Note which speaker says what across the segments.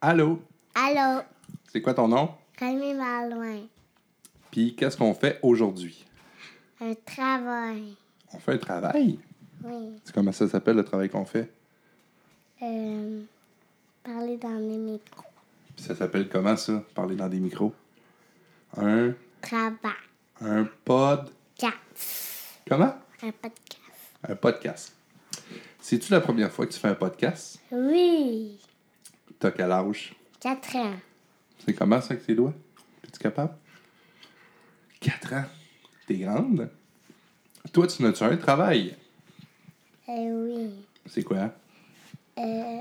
Speaker 1: Allô,
Speaker 2: Allô,
Speaker 1: c'est quoi ton nom?
Speaker 2: Camille loin.
Speaker 1: Puis qu'est-ce qu'on fait aujourd'hui?
Speaker 2: Un travail.
Speaker 1: On fait un travail.
Speaker 2: Oui.
Speaker 1: C'est comment ça s'appelle le travail qu'on fait?
Speaker 2: Euh, parler dans les micros.
Speaker 1: Puis ça s'appelle comment ça? Parler dans des micros. Un,
Speaker 2: Travail.
Speaker 1: un pod.
Speaker 2: Quatre.
Speaker 1: Comment?
Speaker 2: Un podcast.
Speaker 1: Un podcast. C'est-tu la première fois que tu fais un podcast?
Speaker 2: Oui.
Speaker 1: T'as quel âge?
Speaker 2: Quatre ans.
Speaker 1: C'est comment ça avec tes doigts? Es-tu capable? Quatre ans. T'es grande. Toi, tu n'as-tu un travail?
Speaker 2: Euh, oui.
Speaker 1: C'est quoi?
Speaker 2: Euh,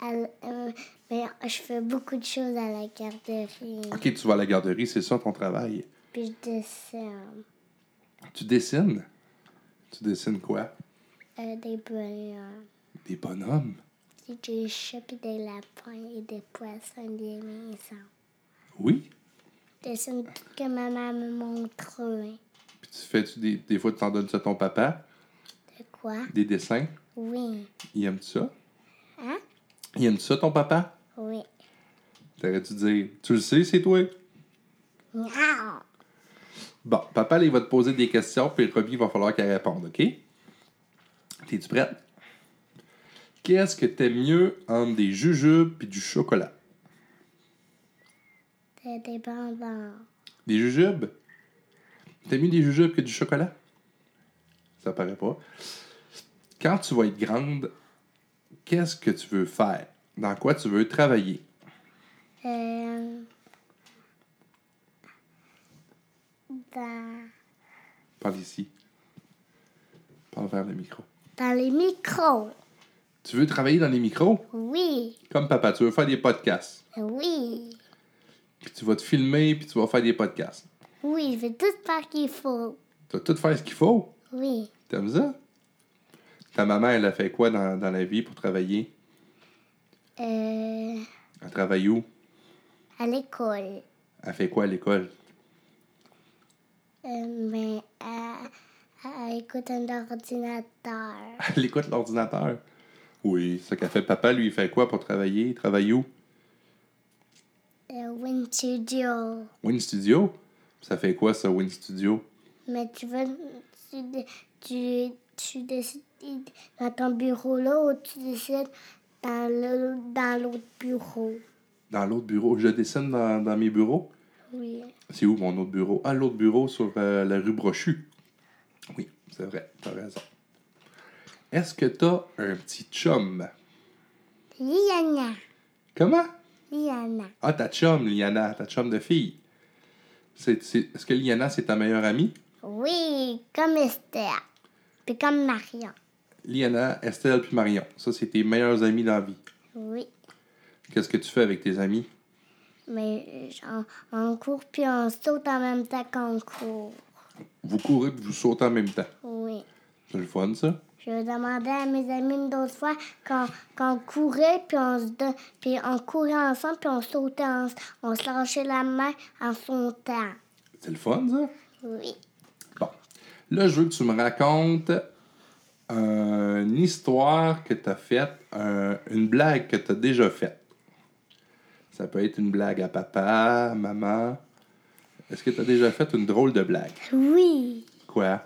Speaker 2: al- euh, mais je fais beaucoup de choses à la garderie.
Speaker 1: Ok, tu vas à la garderie, c'est ça ton travail.
Speaker 2: Puis je dessine
Speaker 1: Tu dessines. Tu dessines quoi?
Speaker 2: euh, des bonheurs.
Speaker 1: Des bonhommes.
Speaker 2: Puis Des chats, puis des lapins et des poissons, des maisons.
Speaker 1: Oui.
Speaker 2: Je dessine tout ce que ma maman me montre. hein.
Speaker 1: Puis tu fais, tu, des, des fois, tu t'en donnes ça à ton papa,
Speaker 2: De quoi?
Speaker 1: des dessins.
Speaker 2: Oui.
Speaker 1: Il aime ça.
Speaker 2: Hein?
Speaker 1: Il aime ça, ton papa.
Speaker 2: Oui.
Speaker 1: T'aurais-tu dire, tu le sais, c'est toi.
Speaker 2: Miaou.
Speaker 1: Bon, papa, là, il va te poser des questions, puis Robbie, il va falloir qu'elle réponde, OK? T'es-tu prête? Qu'est-ce que t'aimes mieux entre des jujubes puis du chocolat?
Speaker 2: C'est des bonbons.
Speaker 1: Des jujubes? T'aimes mieux des jujubes que du chocolat? Ça paraît pas. Quand tu vas être grande, qu'est-ce que tu veux faire? Dans quoi tu veux travailler?
Speaker 2: Euh, dans,
Speaker 1: Parle ici. Parle vers le micro.
Speaker 2: dans les micros.
Speaker 1: Tu veux travailler dans les micros?
Speaker 2: Oui.
Speaker 1: Comme papa, tu veux faire des podcasts.
Speaker 2: Oui.
Speaker 1: Puis tu vas te filmer, puis tu vas faire des podcasts.
Speaker 2: Oui, je vais tout faire qu'il faut.
Speaker 1: Tu vas tout faire ce qu'il faut.
Speaker 2: Oui.
Speaker 1: T'aimes ça? Ta maman, elle a fait quoi dans, dans la vie pour travailler?
Speaker 2: Euh,
Speaker 1: Elle travaille où?
Speaker 2: à l'école.
Speaker 1: Elle fait quoi à l'école?
Speaker 2: Euh, mais elle, elle écoute un ordinateur.
Speaker 1: Elle écoute l'ordinateur. Oui, c'est ce qu'a fait papa, lui, il fait quoi pour travailler? Il travaille où?
Speaker 2: Euh, Win Studio.
Speaker 1: Win Studio? Ça fait quoi, ça, Win Studio?
Speaker 2: Mais tu veux. Tu, dé- tu, tu décides dans ton bureau là ou tu décides dans le- dans l'autre bureau?
Speaker 1: Dans l'autre bureau. Je dessine dans, dans mes bureaux.
Speaker 2: Oui.
Speaker 1: C'est où mon autre bureau? Ah, l'autre bureau sur euh, la rue Brochu. Oui, c'est vrai, t'as raison. Est-ce que t'as un petit chum?
Speaker 2: Liana.
Speaker 1: Comment?
Speaker 2: Liana.
Speaker 1: Ah, ta chum, Liana, ta chum de fille. C'est, c'est- est-ce que Liana, c'est ta meilleure amie?
Speaker 2: Oui, comme Esther. Puis comme Marion.
Speaker 1: Liana, Estelle puis Marion. Ça, c'est tes meilleurs amis dans la vie.
Speaker 2: Oui.
Speaker 1: Qu'est-ce que tu fais avec tes amis?
Speaker 2: Mais euh, on, on court puis on saute en même temps qu'on court.
Speaker 1: Vous courez puis vous sautez en même temps.
Speaker 2: Oui.
Speaker 1: C'est le fun, ça?
Speaker 2: Je demandais à mes amis une autre fois quand, quand on courait, puis on, se don- puis on courait ensemble, puis on sautait ensemble. On se lâchait la main en sautant.
Speaker 1: C'est le fun, ça?
Speaker 2: Oui.
Speaker 1: Bon. Là, je veux que tu me racontes euh, une histoire que tu as faite, un- une blague que tu as déjà faite. Ça peut être une blague à papa, à maman. Est-ce que tu as déjà fait une drôle de blague?
Speaker 2: Oui.
Speaker 1: Quoi?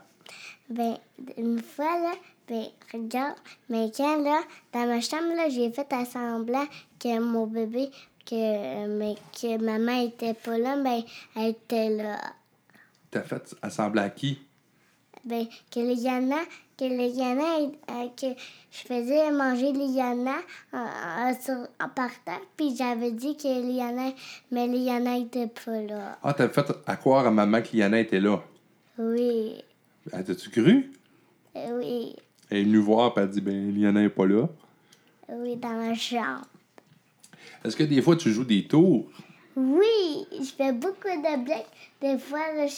Speaker 2: Ben, une fois, là, ben, regarde, mais quand, là, dans ma chambre, là, j'ai fait à semblant que mon bébé, que, euh, mais que maman était pas là, mais elle était là.
Speaker 1: T'as fait assembler à qui?
Speaker 2: Ben, que les lianas, que les lianas, euh, que je faisais manger les lianas euh, euh, sur- en partant, puis j'avais dit que les lianas, mais les lianas étaient pas là.
Speaker 1: Ah, t'as fait à croire à maman que Liana était là.
Speaker 2: Oui,
Speaker 1: Elle t'a-tu cru?
Speaker 2: euh, oui,
Speaker 1: Elle est venue voir et elle dit Ben, Liana est pas là.
Speaker 2: euh, oui, dans ma chambre.
Speaker 1: Est-ce que des fois tu joues des tours?
Speaker 2: Oui, je fais beaucoup de blagues. Des fois, là, je,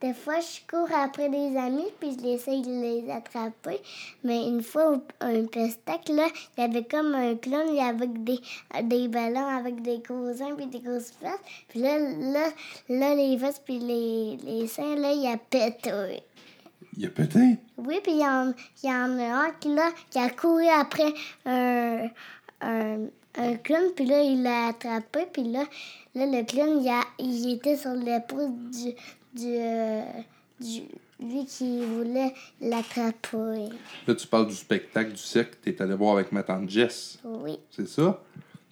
Speaker 2: des fois, je cours après des amis, puis je essaye de les attraper. Mais une fois, au- un pestac, là, il y avait comme un clown il y avait avec des, des ballons, avec des cousins, puis des grosses fesses. Puis là, là, là les fesses, puis les, les seins, là, il a pété.
Speaker 1: Il y a peut-être.
Speaker 2: Oui, puis il y en, il y en a un qui, là, qui a couru après un, un, un clown, puis là, il l'a attrapé, puis là, là le clown, il, a- il était sur l'épaule du, du, euh, du- Lui qui voulait l'attraper.
Speaker 1: Là, tu parles du spectacle du cirque que t'es allé voir avec ma tante Jess.
Speaker 2: Oui,
Speaker 1: C'est ça?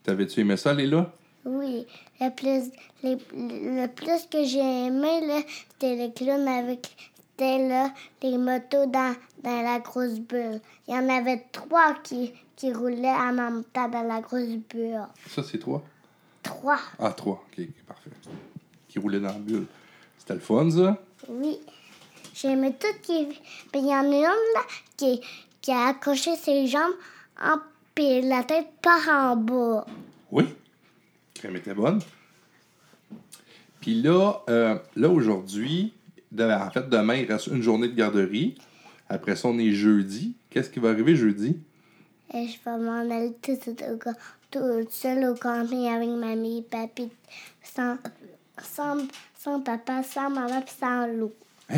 Speaker 1: T'avais-tu aimé ça, Léla?
Speaker 2: oui. Le plus, le, le plus que j'ai aimé, là, c'était le clown avec c'était, là, les motos dans, dans la grosse bulle. Il y en avait trois qui, qui roulaient en même temps dans la grosse bulle.
Speaker 1: Ça, c'est toi?
Speaker 2: Trois,
Speaker 1: Ah, trois. OK, ok, parfait. Qui roulait dans la bulle. C'était le fun, ça?
Speaker 2: oui. J'aimais tout qui... Puis il y en a une, là, qui, qui a accroché ses jambes en... puis la tête par en bas.
Speaker 1: Oui. Crème était bonne. Puis là, euh, là aujourd'hui, de- en fait, demain, il reste une journée de garderie. Après ça, on est jeudi. Qu'est-ce qui va arriver jeudi?
Speaker 2: Et je vais m'en aller tout, seul au ca- tout seul au camping avec mamie et papy, sans, sans, sans papa, sans maman, puis sans loup.
Speaker 1: Tu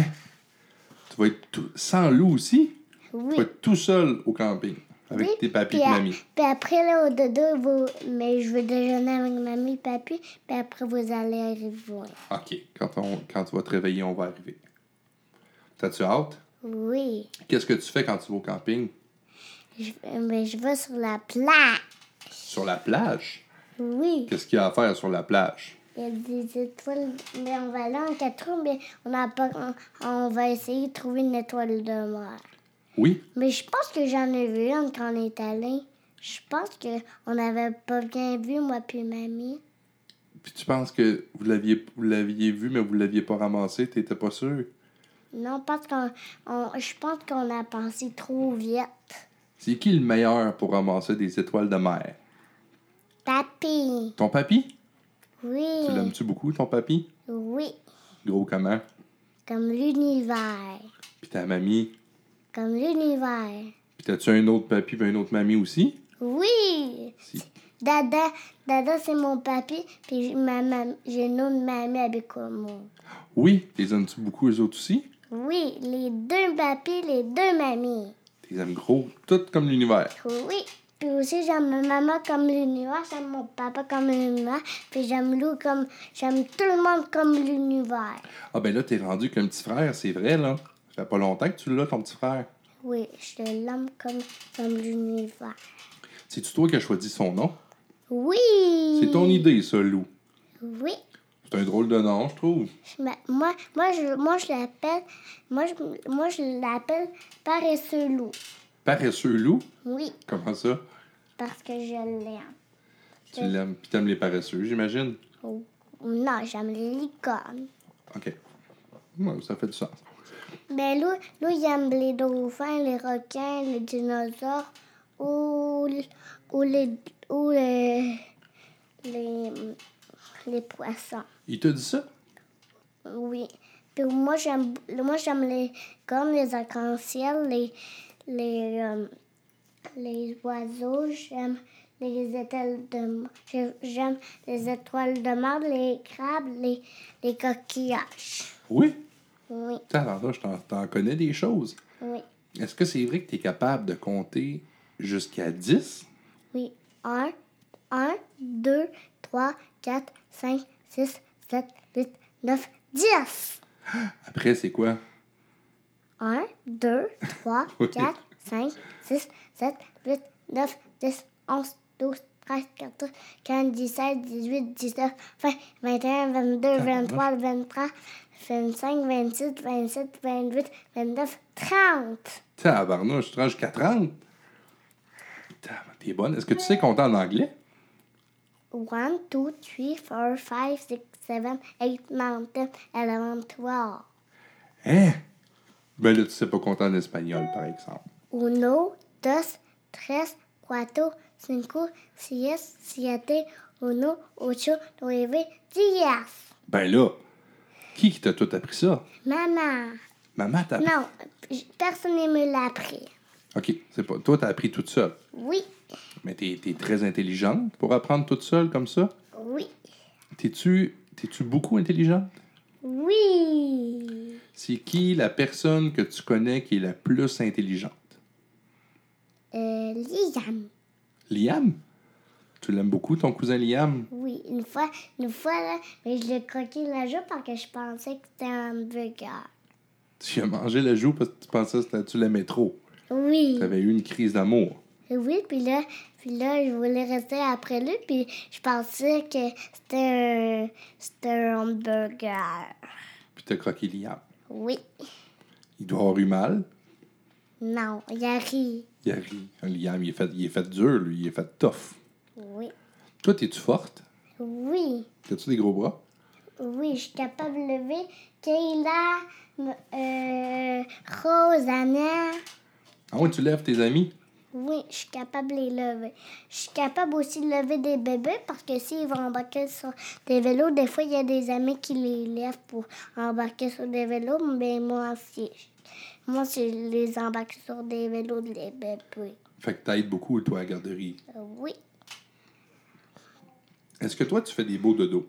Speaker 1: vas être tout- sans loup aussi? Tu
Speaker 2: Oui.
Speaker 1: vas être tout seul au camping avec
Speaker 2: oui.
Speaker 1: tes papis et
Speaker 2: Puis
Speaker 1: tes
Speaker 2: a-
Speaker 1: mamies.
Speaker 2: Puis après, là, au dodo, vous... mais je veux déjeuner avec mamie et papy, puis après, vous allez arriver.
Speaker 1: OK. Quand, on, quand tu vas te réveiller, on va arriver. T'as-tu hâte?
Speaker 2: Oui.
Speaker 1: Qu'est-ce que tu fais quand tu vas au camping?
Speaker 2: Je... Mais je vais sur la plage.
Speaker 1: Sur la plage?
Speaker 2: Oui.
Speaker 1: Qu'est-ce qu'il y a à faire sur la plage?
Speaker 2: Il y a des étoiles, mais on va aller en quatre roues, mais on, a pas, on, on va essayer de trouver une étoile de mer.
Speaker 1: Oui?
Speaker 2: Mais je pense que j'en ai vu une quand on est allé. Je pense que on n'avait pas bien vu, moi puis mamie.
Speaker 1: Puis tu penses que vous l'aviez, vous l'aviez vu, mais vous l'aviez pas ramassé, t'étais pas sûr?
Speaker 2: Non, parce qu'on, on- je pense qu'on a pensé trop vite.
Speaker 1: C'est qui le meilleur pour ramasser des étoiles de mer?
Speaker 2: Papy,
Speaker 1: Ton papy?
Speaker 2: oui,
Speaker 1: Tu l'aimes-tu beaucoup, ton papy?
Speaker 2: oui,
Speaker 1: Gros comment?
Speaker 2: comme l'univers,
Speaker 1: Puis ta mamie?
Speaker 2: comme l'univers.
Speaker 1: Puis t'as-tu un autre papy puis un autre mamie aussi?
Speaker 2: Oui,
Speaker 1: Si.
Speaker 2: Dada, Dada c'est mon papy, puis j'ai- ma mam- j'ai une autre mamie avec moi.
Speaker 1: Oui, t'es aimes-tu beaucoup eux autres aussi?
Speaker 2: Oui, les deux papis, les deux mamies.
Speaker 1: T'es aimes gros, tout comme l'univers.
Speaker 2: Oui. Puis aussi, j'aime ma maman comme l'univers, j'aime mon papa comme l'univers, puis j'aime Lou comme. J'aime tout le monde comme l'univers.
Speaker 1: Ah ben là, t'es rendu qu'un petit frère, c'est vrai, là. Ça fait pas longtemps que tu l'as, ton petit frère.
Speaker 2: Oui, je l'aime comme, comme l'univers.
Speaker 1: C'est-tu toi qui as choisi son nom?
Speaker 2: Oui!
Speaker 1: C'est ton idée, ça, Lou.
Speaker 2: Oui.
Speaker 1: C'est un drôle de nom, je trouve.
Speaker 2: Je m'a- moi, moi, je, moi, je l'appelle. Moi, je, moi, je l'appelle paresseux Lou.
Speaker 1: Paresseux Lou?
Speaker 2: Oui,
Speaker 1: Comment ça?
Speaker 2: parce que je l'aime.
Speaker 1: Tu l'aimes, puis t'aimes les paresseux, j'imagine.
Speaker 2: Oh, Non, j'aime les licornes.
Speaker 1: OK. Ouais, ça fait du sens.
Speaker 2: Ben, Lou, Lou, il aime les dauphins, les requins, les dinosaures ou, l- ou, les, ou les, les, les poissons.
Speaker 1: Il te dit ça?
Speaker 2: Oui. Puis moi, j'aime moi j'aime les comme les arcs-en-ciel, les, les, euh, les oiseaux, j'aime les étoiles de m- j'ai- j'aime les étoiles de mer, les crabes, les, les coquillages.
Speaker 1: Oui.
Speaker 2: Oui,
Speaker 1: Tabarnouche, t'en, t'en connais des choses.
Speaker 2: oui.
Speaker 1: Est-ce que c'est vrai que t'es capable de compter jusqu'à 10?
Speaker 2: Oui. 1, 1, 2, 3, 4, 5, 6, 7, 8, 9, 10.
Speaker 1: Après, c'est quoi?
Speaker 2: 1, 2, 3,
Speaker 1: Oui.
Speaker 2: 4, 5, 6, 7, 8, 9, 10, 11, 12, 13, 14, 15, 17, 18, 19, 20, 21, 22, 23, 24, 25, 26, 27, 28, 29, 30.
Speaker 1: Tabarnouche, tu rends jusqu'à 30? Tabarnouche, T'es bonne. Est-ce que tu sais compter en anglais?
Speaker 2: 1, 2, 3, 4, 5, 6, 7, 8, 9, 10, 11, 12.
Speaker 1: Hein? Ben là, tu sais pas compter en espagnol, par exemple.
Speaker 2: Uno, dos, tres, cuatro, cinco, seis, siete, uno, ocho, nueve, diez.
Speaker 1: Ben là, qui qui t'a tout appris ça?
Speaker 2: Maman.
Speaker 1: Maman t'a appris.
Speaker 2: Non, j- personne ne me l'a appris.
Speaker 1: OK, c'est pas... Toi, t'as appris toute seule.
Speaker 2: Oui,
Speaker 1: Mais t'es, t'es très intelligente pour apprendre toute seule comme ça?
Speaker 2: oui,
Speaker 1: T'es-tu, t'es-tu beaucoup intelligente?
Speaker 2: oui.
Speaker 1: C'est qui la personne que tu connais qui est la plus intelligente?
Speaker 2: Euh, Liam.
Speaker 1: Liam? Tu l'aimes beaucoup, ton cousin Liam?
Speaker 2: Oui, une fois, une fois, là, mais je l'ai croqué dans la joue parce que je pensais que c'était un hamburger.
Speaker 1: Tu as mangé le joue parce que tu pensais que tu l'aimais trop.
Speaker 2: Oui.
Speaker 1: Tu avais eu une crise d'amour.
Speaker 2: Oui, puis là, puis là, je voulais rester après lui, puis je pensais que c'était un, c'était un hamburger.
Speaker 1: Puis tu as croqué Liam.
Speaker 2: Oui.
Speaker 1: Il doit avoir eu mal.
Speaker 2: Non, il a ri.
Speaker 1: Il a ri. Liam, il est, fait, il est fait dur, lui. Il est fait tough.
Speaker 2: Oui.
Speaker 1: Toi, es-tu forte?
Speaker 2: Oui.
Speaker 1: T'as-tu des gros bras?
Speaker 2: Oui, je suis capable de lever Kayla, m- euh, Rose, Anna.
Speaker 1: Ah oui, tu lèves tes amis?
Speaker 2: Oui, je suis capable de les lever. Je suis capable aussi de lever des bébés parce que s'ils vont embarquer sur des vélos, des fois, il y a des amis qui les lèvent pour embarquer sur des vélos, mais moi, si, moi, je les embarque sur des vélos des bébés.
Speaker 1: Fait que t'aides beaucoup, toi, à la garderie.
Speaker 2: Euh, Oui,
Speaker 1: Est-ce que toi, tu fais des beaux dodos?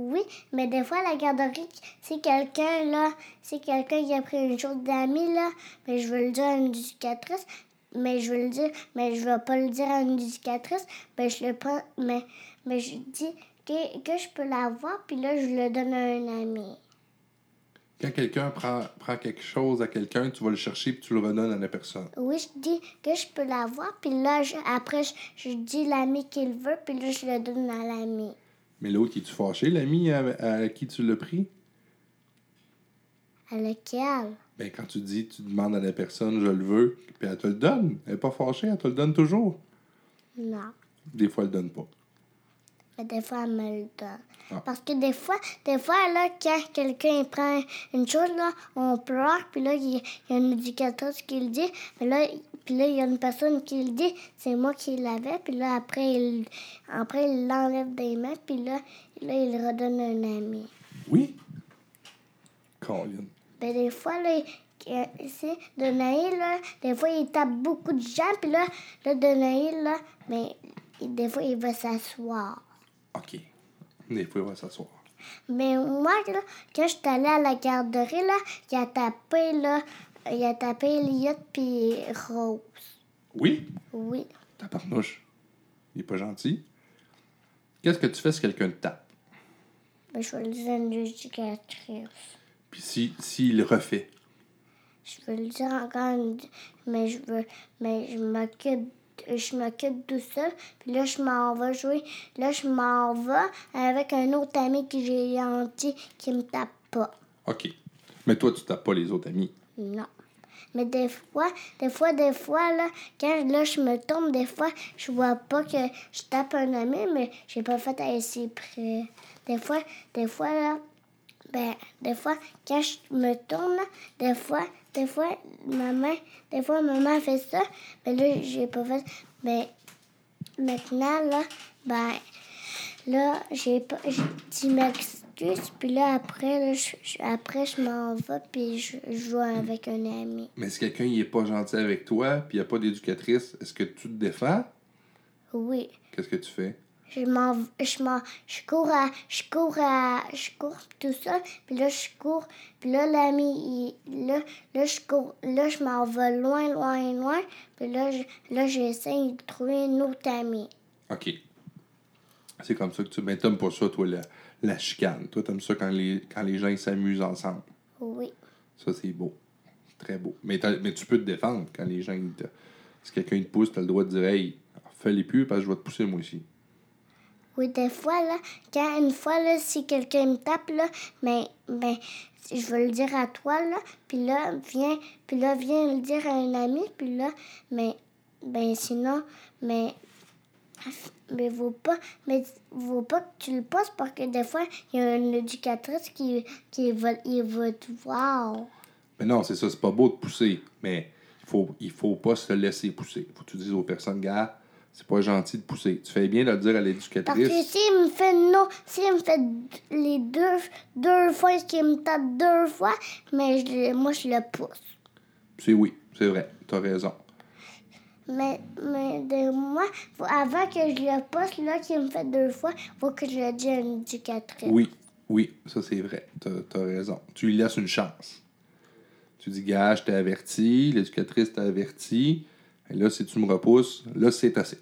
Speaker 2: oui, mais des fois, la garderie, si quelqu'un, là, si quelqu'un qui a pris une chose d'amis, là, mais je veux le dire à une éducatrice, mais je veux le dire, mais je veux pas le dire à une éducatrice, mais je le prends, mais, mais je dis que, que je peux l'avoir, puis là, je le donne à un ami.
Speaker 1: Quand quelqu'un prend, prend quelque chose à quelqu'un, tu vas le chercher puis tu le redonnes à la personne.
Speaker 2: Oui, je dis que je peux l'avoir, puis là, je- après, je, je dis l'ami qu'il veut, puis là, je le donne à l'ami.
Speaker 1: Mais l'autre, est tu fâché, l'ami à, à qui tu l'as pris?
Speaker 2: À lequel?
Speaker 1: Ben, quand tu dis, tu demandes à la personne, je le veux, puis elle te le donne. Elle n'est pas fâchée, elle te le donne toujours.
Speaker 2: Non.
Speaker 1: Des fois, elle le donne pas.
Speaker 2: Mais des fois, elle me le donne.
Speaker 1: Ah.
Speaker 2: Parce que des fois, des fois, là, quand quelqu'un il prend une chose, là, on pleure, puis là, il y, a- il y a un éducateur qui le dit, mais là, il- puis là, il y a une personne qui le dit, c'est moi qui l'avais, puis là, après, il après, il l'enlève des mains, puis là, là, il le redonne à un ami.
Speaker 1: Oui? Colin.
Speaker 2: Ben, des fois, là, euh, c'est Donaï, là, des fois, il tape beaucoup de gens, puis là, là, Donaï, là, ben, il- des fois, il va s'asseoir.
Speaker 1: OK. Des fois, il va s'asseoir.
Speaker 2: Mais moi, là, quand je suis allée à la garderie, là, il a tapé, là, il a tapé Elliot puis Rose.
Speaker 1: Oui?
Speaker 2: Oui.
Speaker 1: Ta parnouche. Il est pas gentil. Qu'est-ce que tu fais si quelqu'un te tape?
Speaker 2: Mais je veux le dire à une éducatrice.
Speaker 1: Puis s'il si, s'il refait?
Speaker 2: Je veux le dire encore une... Mais je veux... Mais je m'occupe... Je m'occupe tout seul. Puis là, je m'en vais jouer. Là, je m'en vais avec un autre ami que j'ai gentil qui me tape pas.
Speaker 1: OK. Mais toi, tu tapes pas les autres amis.
Speaker 2: Non. Mais des fois, des fois, des fois, là, quand là, je me tombe, des fois, je vois pas que je tape un ami, mais j'ai pas fait assez près. Des fois, des fois, là, ben, des fois, quand je me tombe, là, des fois, des fois, maman, des fois, maman fait ça, mais là, j'ai pas fait. Mais maintenant, là, ben, là, j'ai pas, j'ai dit m'excuse, puis là, après, là, je, je- après, je m'en vais, puis je, je joue avec un ami.
Speaker 1: Mais si quelqu'un il est pas gentil avec toi, puis il n'y a pas d'éducatrice, est-ce que tu te défends?
Speaker 2: Oui.
Speaker 1: Qu'est-ce que tu fais?
Speaker 2: Je m'en, je m'en, je cours à, je cours à, je cours tout seul, puis là je cours, puis là l'ami, il- là, là je cours, là je m'en vais loin, loin, loin, puis là, je, là j'essaie de trouver une autre amie.
Speaker 1: OK. C'est comme ça que tu... Mais t'aimes pas ça, toi, la, la chicane. Toi, t'aimes ça quand les, quand les gens ils s'amusent ensemble.
Speaker 2: Oui,
Speaker 1: Ça, c'est beau. C'est Très beau. Mais, t'as- mais tu peux te défendre quand les gens... ils te- Si quelqu'un te pousse, t'as le droit de dire « Hey, fais-les plus parce que je vais te pousser, moi aussi.
Speaker 2: oui des fois là, quand une fois là, si quelqu'un me tape là, mais, mais je veux le dire à toi là, puis là viens, puis là viens le dire à un ami, puis là, mais, ben sinon, mais Mais vaut pas, mais vaut pas que tu le passes parce que des fois, il y a une éducatrice qui, qui va, il va te voir. »
Speaker 1: Mais non, c'est ça. C'est pas beau de pousser. Mais il faut, il faut pas se laisser pousser. faut que tu dises aux personnes « Gars, c'est pas gentil de pousser. Tu fais bien de le dire à
Speaker 2: Parce que
Speaker 1: l'éducatrice.
Speaker 2: s'il me fait non, s'il me fait les deux, deux fois, qu'il me tape deux fois, mais je le- moi, je le pousse.
Speaker 1: C'est oui. C'est vrai. T'as raison.
Speaker 2: Mais, mais de moi, faut- avant que je le pousse, là, qu'il me fait deux fois, faut que je le dise à une éducatrice.
Speaker 1: Oui, oui, ça c'est vrai. T'as as raison. Tu lui laisses une chance. Tu dis, gars, je t'ai averti, l'éducatrice t'a averti. Et là, si tu me repousses, là, c'est assez.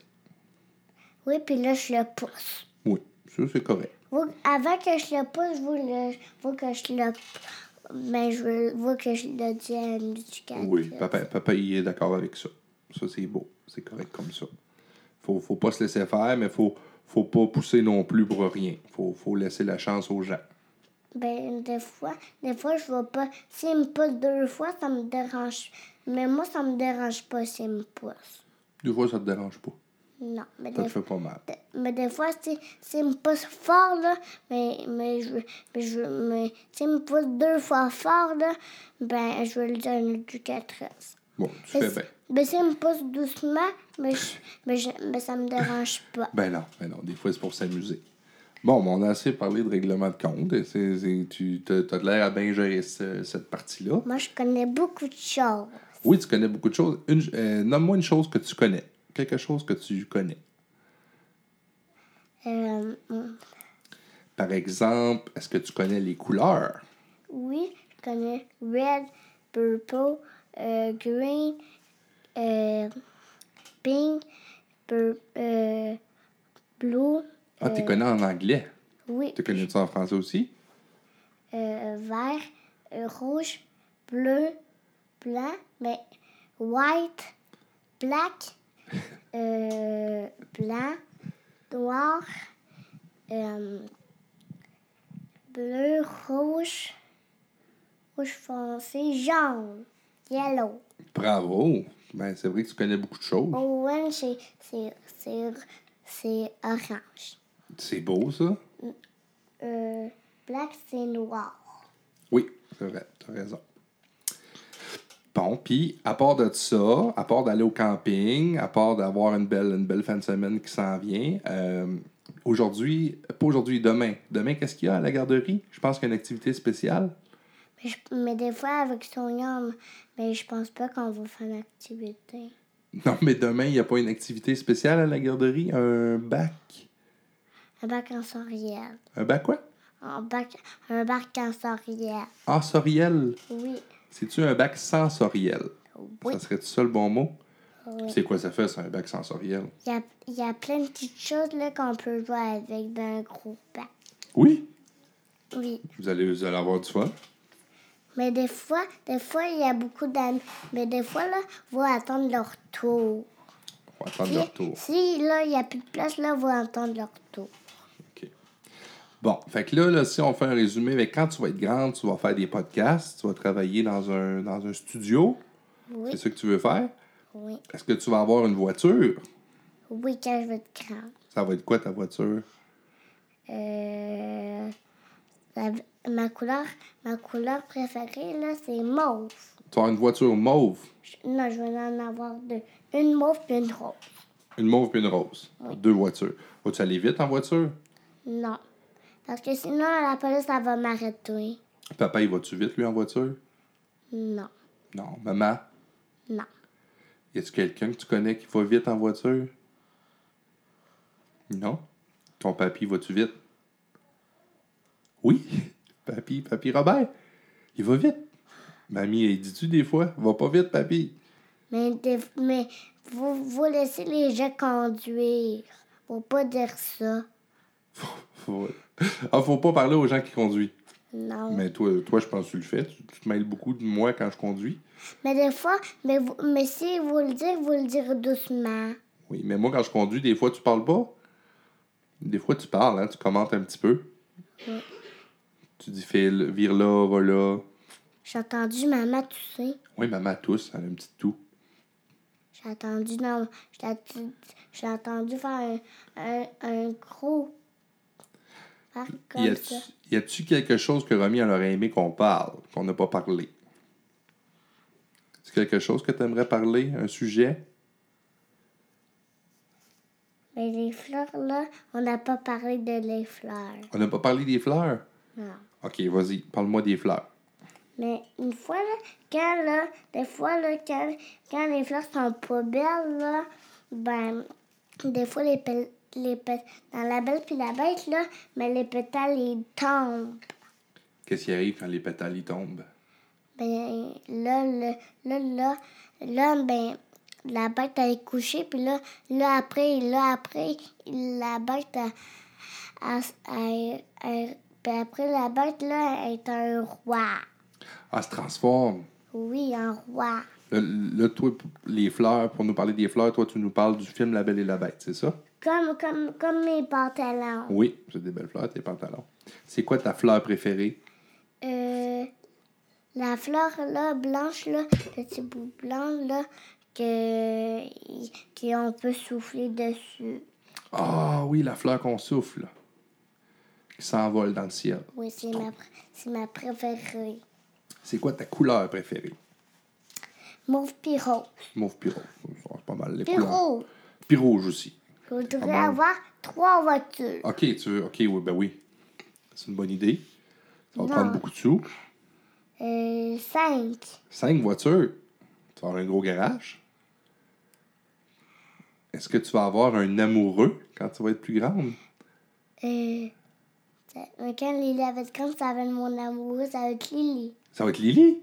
Speaker 2: Oui, puis là, je le pousse.
Speaker 1: Oui, ça, c'est correct.
Speaker 2: Faut- avant que je le pousse, vous le, faut que je le. Mais je veux faut que je le dis à un éducateur.
Speaker 1: Oui, papa, papa il est d'accord avec ça. Ça, c'est beau. C'est correct comme ça. Faut, faut pas se laisser faire, mais faut, faut pas pousser non plus pour rien. Faut, faut laisser la chance aux gens.
Speaker 2: Ben, des fois, des fois, je vais pas. S'il me pousse deux fois, ça me dérange. Mais moi, ça me dérange pas s'il me pousse.
Speaker 1: Des fois, ça te dérange pas.
Speaker 2: Non, mais
Speaker 1: Ça
Speaker 2: des,
Speaker 1: te fait pas mal.
Speaker 2: des- mais des fois, si- s'il me pousse fort, là, mais, mais je. Mais je mais, s'il me pousse deux fois fort, là, ben, je vais le dire à une éducatrice.
Speaker 1: Bon, tu
Speaker 2: Mais
Speaker 1: fais
Speaker 2: si-
Speaker 1: bien.
Speaker 2: mais s'il me pousse doucement, mais, je- mais, je- mais ça me dérange pas.
Speaker 1: Ben non, ben non. Des fois, c'est pour s'amuser. Bon, ben, on a assez parlé de règlement de compte. C'est- c'est- tu as de l'air à bien gérer ce- cette partie-là.
Speaker 2: Moi, je connais beaucoup de choses.
Speaker 1: Oui, tu connais beaucoup de choses. Une- euh, Nomme-moi une chose que tu connais. Quelque chose que tu connais.
Speaker 2: Euh,
Speaker 1: Par exemple, est-ce que tu connais les couleurs?
Speaker 2: Oui, je connais red, purple, euh, green, euh, pink, pur- euh, blue,
Speaker 1: Ah, tu connais en anglais.
Speaker 2: oui,
Speaker 1: Tu connais ça en français aussi?
Speaker 2: euh, vert, euh, rouge, bleu, blanc, mais white, black, euh, blanc, noir, euh, bleu, rouge, rouge foncé, jaune, yellow.
Speaker 1: Bravo! Ben, c'est vrai que tu connais beaucoup de choses.
Speaker 2: Oh. Orange, c'est- c'est- c'est c'est orange.
Speaker 1: C'est beau, ça?
Speaker 2: Euh, black, c'est noir.
Speaker 1: Oui, c'est vrai, t'as raison. Bon, puis, à part de ça, à part d'aller au camping, à part d'avoir une belle, une belle fin de semaine qui s'en vient, euh, aujourd'hui, pas aujourd'hui, demain. Demain, qu'est-ce qu'il y a à la garderie? Je pense qu'il y a une activité spéciale.
Speaker 2: Mais, je- mais des fois, avec son homme, mais je pense pas qu'on va faire une activité.
Speaker 1: Non, mais demain, il n'y a pas une activité spéciale à la garderie? Un bac?
Speaker 2: Un bac en soriel.
Speaker 1: Un bac quoi?
Speaker 2: Un bac, un bac en soriel.
Speaker 1: Ah, soriel.
Speaker 2: Oui.
Speaker 1: C'est-tu un bac sensoriel?
Speaker 2: Oui. Euh,
Speaker 1: Ça serait ça le bon mot?
Speaker 2: Oui.
Speaker 1: C'est quoi ça fait, c'est un bac sensoriel?
Speaker 2: Il y a, il y a plein de petites choses là, qu'on peut jouer avec dans un gros bac.
Speaker 1: Oui.
Speaker 2: Oui.
Speaker 1: Vous allez, vous allez avoir du fun.
Speaker 2: Mais des fois, des fois, il y a beaucoup d'amis. Mais des fois, là, ils vont attendre leur tour.
Speaker 1: On va attendre
Speaker 2: Si,
Speaker 1: le retour.
Speaker 2: si, là, il n'y a plus de place, là, ils vont attendre leur tour.
Speaker 1: OK. Bon, fait que là, là, si on fait un résumé, avec quand tu vas être grande, tu vas faire des podcasts, tu vas travailler dans un, dans un studio.
Speaker 2: Oui,
Speaker 1: C'est ça que tu veux faire.
Speaker 2: oui,
Speaker 1: Est-ce que tu vas avoir une voiture?
Speaker 2: oui, quand je vais être grande.
Speaker 1: Ça va être quoi ta voiture?
Speaker 2: Euh, la- ma, couleur, ma couleur préférée, là, c'est mauve.
Speaker 1: Tu vas avoir une voiture mauve.
Speaker 2: Je- non, je vais en avoir deux. Une mauve puis une rose.
Speaker 1: Une mauve puis une rose. Deux voitures. Vas-tu aller vite en voiture?
Speaker 2: Non. Parce que sinon, la police, elle va m'arrêter.
Speaker 1: Papa, il va-tu vite, lui, en voiture?
Speaker 2: Non,
Speaker 1: Non. Maman,
Speaker 2: non.
Speaker 1: y a-tu quelqu'un que tu connais qui va vite en voiture? Non? Ton papy, va-tu vite? Oui! Papy, papy Robert, il va vite. Mamie, elle dit-tu des fois, va pas vite, papy?
Speaker 2: Mais, des- mais vous, vous laissez les gens conduire. Faut pas dire ça.
Speaker 1: Faut... Ah, faut pas parler aux gens qui conduisent.
Speaker 2: Non.
Speaker 1: Mais toi, toi je pense que tu le fais. Tu, tu te mêles beaucoup de moi quand je conduis.
Speaker 2: Mais des fois, mais, vous- mais si vous le dites, vous le direz doucement.
Speaker 1: Oui, mais moi, quand je conduis, des fois, tu parles pas. Des fois, tu parles, hein, tu commentes un petit peu.
Speaker 2: Oui.
Speaker 1: Tu dis, file, vire là, va là.
Speaker 2: J'ai entendu maman tousser.
Speaker 1: Oui, maman tous, elle a un petit tout.
Speaker 2: J'ai entendu dans. j'ai atti- J'ai entendu faire un, un, un gros. Faire comme
Speaker 1: Y a-tu-
Speaker 2: ça.
Speaker 1: y a-tu quelque chose que Romy elle aurait aimé qu'on parle, qu'on n'a pas parlé? C'est quelque chose que tu aimerais parler, un sujet?
Speaker 2: Mais les fleurs, là, on n'a pas parlé de les fleurs.
Speaker 1: On n'a pas parlé des fleurs?
Speaker 2: Non.
Speaker 1: Ok, vas-y, parle-moi des fleurs.
Speaker 2: Mais une fois, là, quand, là, des fois, là, quand, quand les fleurs sont pas belles, là, ben, des fois, les, pe- les pe- dans la belle puis la bête, là, mais les pétales, ils tombent.
Speaker 1: Qu'est-ce qui arrive quand les pétales y tombent?
Speaker 2: Ben, là, là, là, là, là, ben, la bête allait coucher, puis là, là après, là après, la bête, elle- elle- elle- elle- puis ben, après la bête, là, elle est un roi.
Speaker 1: Elle se transforme.
Speaker 2: Oui, un roi.
Speaker 1: Là, là, toi, p- les fleurs, pour nous parler des fleurs, toi, tu nous parles du film La Belle et la Bête, c'est ça?
Speaker 2: Comme, comme, comme mes pantalons.
Speaker 1: Oui, c'est des belles fleurs, tes pantalons. C'est quoi ta fleur préférée?
Speaker 2: Euh, la fleur là, blanche, là, le petit bout blanc là, que, qu'on peut souffler dessus.
Speaker 1: Ah oui, la fleur qu'on souffle, qui s'envole dans le ciel.
Speaker 2: Oui, c'est ma, pr- c'est ma préférée.
Speaker 1: C'est quoi ta couleur préférée?
Speaker 2: Mauve puis rose.
Speaker 1: Mauve puis rose. Oh, C'est pas mal les
Speaker 2: Puis
Speaker 1: couleurs.
Speaker 2: rose.
Speaker 1: Puis rouge aussi.
Speaker 2: Je voudrais
Speaker 1: Ah bon?
Speaker 2: avoir trois voitures.
Speaker 1: OK, tu veux... OK, oui, ben oui. C'est une bonne idée. Ça va
Speaker 2: Non.
Speaker 1: prendre beaucoup de sous.
Speaker 2: Euh, cinq.
Speaker 1: Cinq voitures. Tu vas avoir un gros garage. Est-ce que tu vas avoir un amoureux quand tu vas être plus grande?
Speaker 2: Euh, ça- mais quand Lily avait être comme ça va être mon amoureux, ça va être Lily.
Speaker 1: Ça va être Lily.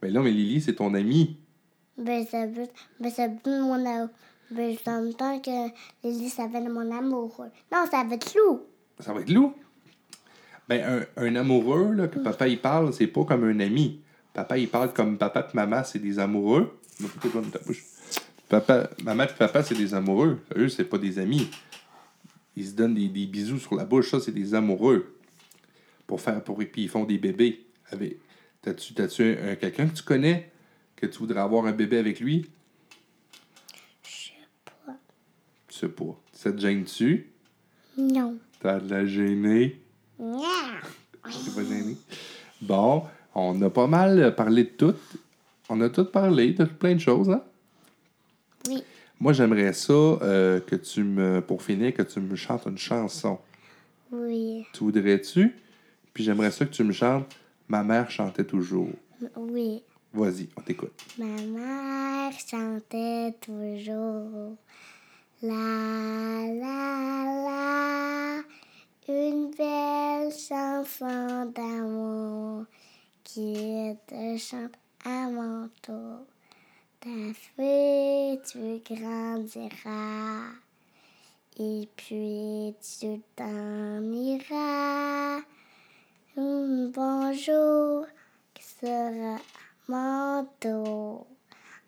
Speaker 1: Ben non, mais Lily, c'est ton amie.
Speaker 2: Ben, ça veut, ben, ça veut dire mon amoureux. Ben, en même temps que Lily, ça va être mon amoureux. Non, ça va être Lou.
Speaker 1: Ça va être Lou. Ben, un, un amoureux, là, que papa il parle, c'est pas comme un ami. Papa il parle comme papa et maman, c'est des amoureux. Non, c'est pas comme ta bouche. Papa, maman et papa, c'est des amoureux. Eux, c'est pas des amis. Ils se donnent des, des bisous sur la bouche, ça, c'est des amoureux. Pour faire, pour, puis ils font des bébés. Avec, t'as-tu, t'as-tu un- un- quelqu'un que tu connais, que tu voudrais avoir un bébé avec lui?
Speaker 2: Je sais pas.
Speaker 1: Tu sais pas. Ça te gêne-tu?
Speaker 2: Non.
Speaker 1: T'as de la gênée?
Speaker 2: Nya.
Speaker 1: C'est pas gêné. Bon, on a pas mal parlé de tout. On a tout parlé de plein de choses, hein?
Speaker 2: Oui.
Speaker 1: Moi, j'aimerais ça euh, que tu me, pour finir, que tu me chantes une chanson.
Speaker 2: Oui.
Speaker 1: Tu voudrais-tu? Puis j'aimerais ça que tu me chantes Ma mère chantait toujours.
Speaker 2: Oui.
Speaker 1: Vas-y, on t'écoute.
Speaker 2: Ma mère chantait toujours La la la Une belle chanson d'amour Qui te chante à mon tour Ta fille tu grandiras Et puis tu t'en iras Hum, Bonjour qui sera mon tour,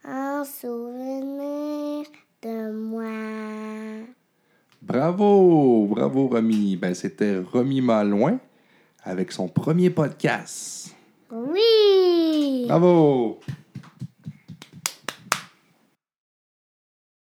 Speaker 2: un souvenir de moi.
Speaker 1: Bravo! Bravo, Romy. Ben, c'était Romy Malouin avec son premier podcast.
Speaker 2: Oui!
Speaker 1: Bravo!